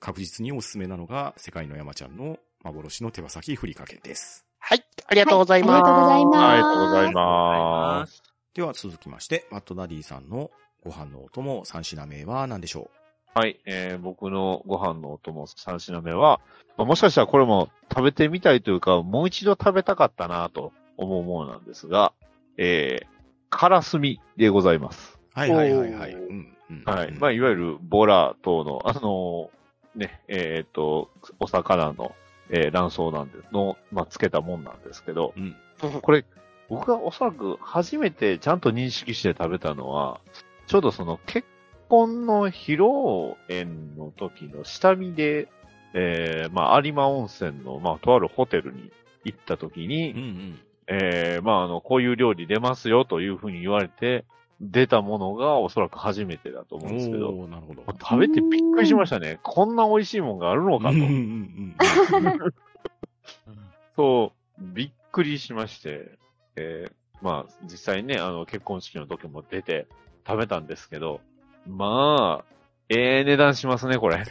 S3: 確実におすすめなのが、世界の山ちゃんの幻の手羽先ふりかけです。
S1: はい、ありがとうございます。
S4: はいありがとうございます
S2: ありがとうございます。
S3: では続きまして、マットダディさんのご飯のお供3品目は何でしょ
S2: はい、えー僕のご飯のお供3品目は、まあもしかしたらこれも食べてみたいというか、もう一度食べたかったなと思うものなんですが、えー、からすみでございます
S3: う。はいはいはいはい。うんうん
S2: はい。
S3: うん
S2: まあ、いわゆるボラ等の、あのーね、えーっと、お魚の、えー卵巣なんです、の、まあ、つけたもんなんですけど、
S3: うん。
S2: これ、僕がおそらく初めてちゃんと認識して食べたのは、ちょうどその結婚の披露宴の時の下見で、えー、まあ、有馬温泉の、まあ、とあるホテルに行った時に、
S3: うんうん。
S2: えー、まあ、あの、こういう料理出ますよというふうに言われて、出たものがおそらく初めてだと思うんですけど、
S3: おーなるほど。
S2: 食べてびっくりしましたね。こんな美味しいもんがあるのかと
S3: うん。うん
S2: そう、びっくりしまして、えーまあ、実際ね、あの、結婚式の時も出て食べたんですけど、まあ、ええ値段しますね、これ。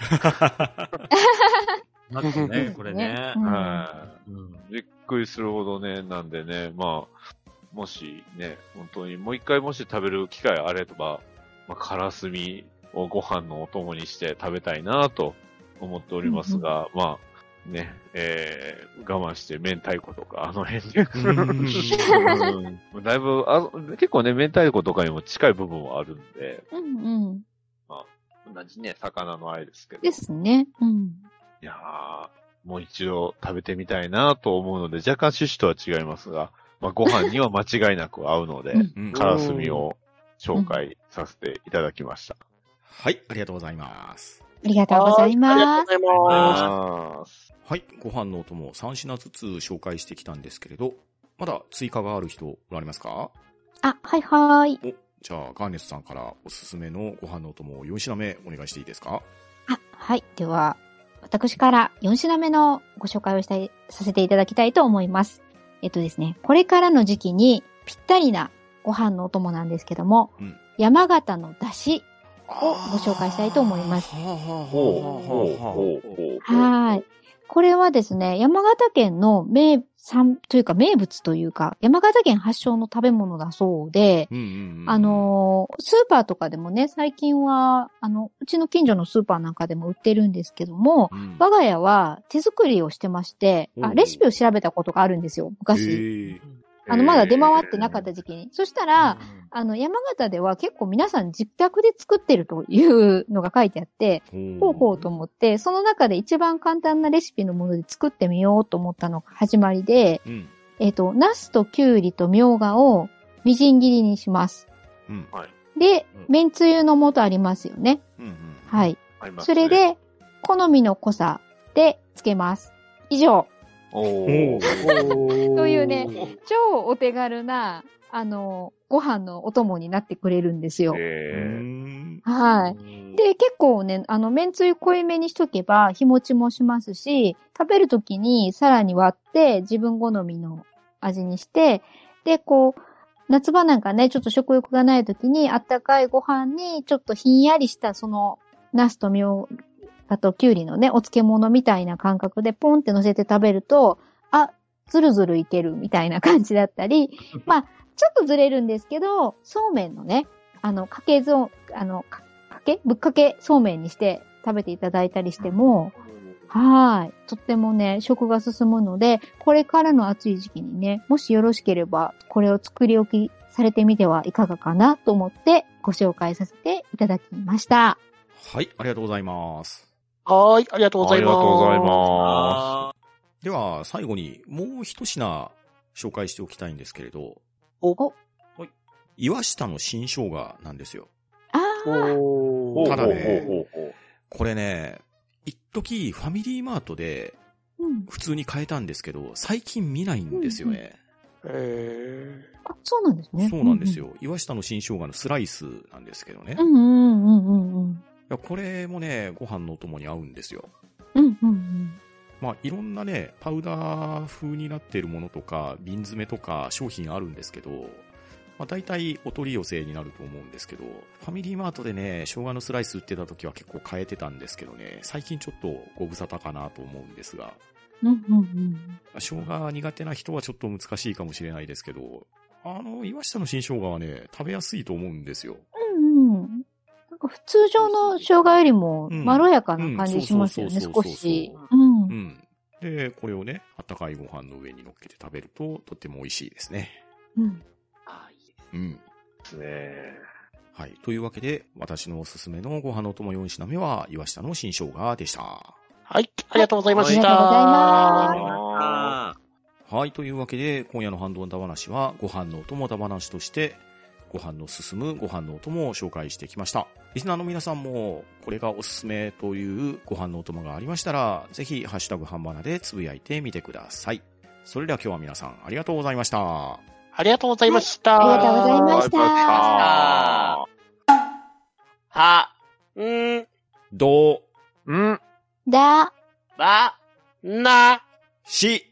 S5: なってね、これね。
S4: うん
S2: はい
S5: うん
S2: びっくりするほどね、なんでね、まあ、もしね、本当にもう一回もし食べる機会あれば、まあ、からすみをご飯のお供にして食べたいなと思っておりますが、まあ、ね、えー、我慢して明太子とか、あの辺で。
S3: うん。
S2: うんだいぶあ、結構ね、明太子とかにも近い部分はあるんで、
S4: うんうん。
S2: 同じね、魚のあれですけど。
S4: ですね。うん。
S2: いやーもう一度食べてみたいなと思うので、若干趣旨とは違いますが、まあ、ご飯には間違いなく合うので
S4: う、ん
S3: うん
S2: からすみを紹介させていただきました。
S3: はい、ありがとうございます。
S4: ありがとうございます。
S1: ありがとうございます。
S2: あ
S3: はい、ご飯のお供3品ずつ紹介してきたんですけれど、まだ追加がある人おられますか
S4: あ、はいはい。
S3: お、じゃあ、ガーネスさんからおすすめのご飯のお供を4品目お願いしていいですか
S4: あ、はい。では、私から4品目のご紹介をしたい、させていただきたいと思います。えっとですね、これからの時期にぴったりなご飯のお供なんですけども、
S3: うん
S4: 山形の出汁
S3: を
S4: ご紹介したいと思います
S3: はあはあはあ
S2: ほう
S3: はあはあ
S2: ほうほうほう。
S4: はい。これはですね、山形県の名産というか名物というか、山形県発祥の食べ物だそうで、
S3: うんうんうん
S4: あ、のースーパーとかでもね、最近は、あの、うちの近所のスーパーなんかでも売ってるんですけども、
S3: うん
S4: 我が家は手作りをしてまして、
S3: お
S4: あ
S3: う
S4: レシピを調べたことがあるんですよ、昔。
S3: へえ
S4: あの、まだ出回ってなかった
S2: 時
S4: 時期に。そしたら、、あの、山形では結構皆さん自宅で作ってるというのが書いてあって、ほうほうと思って、その中で一番簡単なレシピのもので作ってみようと思ったのが始まりで、
S3: うん。
S4: えっ、と、ナスとキュウリとみょうがをみじん切りにします。
S3: うん。
S4: で
S2: うん、
S4: めんつゆの素ありますよね。
S3: うんうん。。
S4: はいい。それ、で、好みの濃さでつけます。以上。
S2: お
S3: ー
S2: ー
S4: というね超お手軽な、あの、ご飯のお供になってくれるんですよ。
S2: え
S4: はい。
S2: い
S4: で、結構ね、あの、めんつゆ濃いめにしとけば、日持ちもしますし、食べるときにさらに割って、自分好みの味にして、で、こう、夏場なんかね、ちょっと食欲がないときに、あったかいご飯に、ちょっとひんやりした、その、ナスとみょうがときゅうりのね、お漬物みたいな感覚で、ポンって乗せて食べると、あ、ずるずるいけるみたいな感じだったり、まあ、ちょっとずれるんですけど、そうめんのね、あの、かけぞ、あの、かかけぶっかけそうめんにして食べていただいたりしても、はーい。とってもね、食が進むので、これからの暑い時期にね、もしよろしければ、これを作り置きされてみてはいかがかなと思ってご紹介させていただきました。
S3: はい、ありがとうございます。
S1: はーい、ありがとうご
S2: あ
S1: ざい
S2: り
S1: ま
S2: が
S1: す。
S2: とうございます。
S5: あ
S3: では、最後にもう一品紹介しておきたいんですけれど、
S1: お
S3: 岩下の新生姜なんですよ。
S4: あー。
S1: おー
S3: ただね
S2: ほうほうほうほう
S3: これね、一時ファミリーマートで
S4: うん。
S3: 普通に買えたんですけど、最近見ないんですよね。
S1: え
S4: あそうなんですね。
S3: そうなんです。よ。岩下の新生姜のスライスなんですけどね。
S4: う
S3: い
S4: んうんうんうんうん。
S3: やこれもね、ご飯のお供に合うんですよ。
S4: うんうんうん。
S3: まあ、いろんなね、パウダー風になっているものとか、瓶詰めとか商品あるんですけど、まあ、大体お取り寄せになると思うんですけど、ファミリーマートでね、生姜のスライス売ってた時は結構買えてたんですけどね、最近ちょっとご無沙汰かなと思うんですが、
S4: うんうんうん。
S3: 生姜苦手な人はちょっと難しいかもしれないですけど、あの、岩下の新生姜はね、食べやすいと思うんですよ。
S4: うんうん。なんか普通常の生姜よりも
S3: うん
S4: まろやかな感じしますよ
S3: うん
S4: ね、
S3: そうそうそうそう
S4: 少し。うん。う
S3: うんん。で、これをね、あったかいご飯の上に乗っけて食べると、とっても美味しいですね。
S4: うん。
S5: あいいです
S3: うん。
S2: ですね。
S3: はい。というわけで、私のおすすめのご飯のお供4品目は、岩下の新生姜でした。
S1: ーはい、ありがとうございま
S4: あ
S1: した。
S4: りがとうござい
S2: あ
S5: あー
S3: はい。というわけで、今夜のハンドンダ話は、ご飯のお供ダ話として、ご飯の進むご飯のお供を紹介してきました。リスナーの皆さんも、これがおすすめというご飯のお供がありましたら、ぜひ、ハッシュタグハンバナでつぶやいてみてください。それでは今日は皆さんありがとうございました。
S1: ありがとうございました。
S4: ありがとうございました
S2: あ
S5: は、
S1: ん
S3: どう
S2: りがとうございました。うん。
S4: だ、
S5: ば、
S1: ー、な、
S3: し、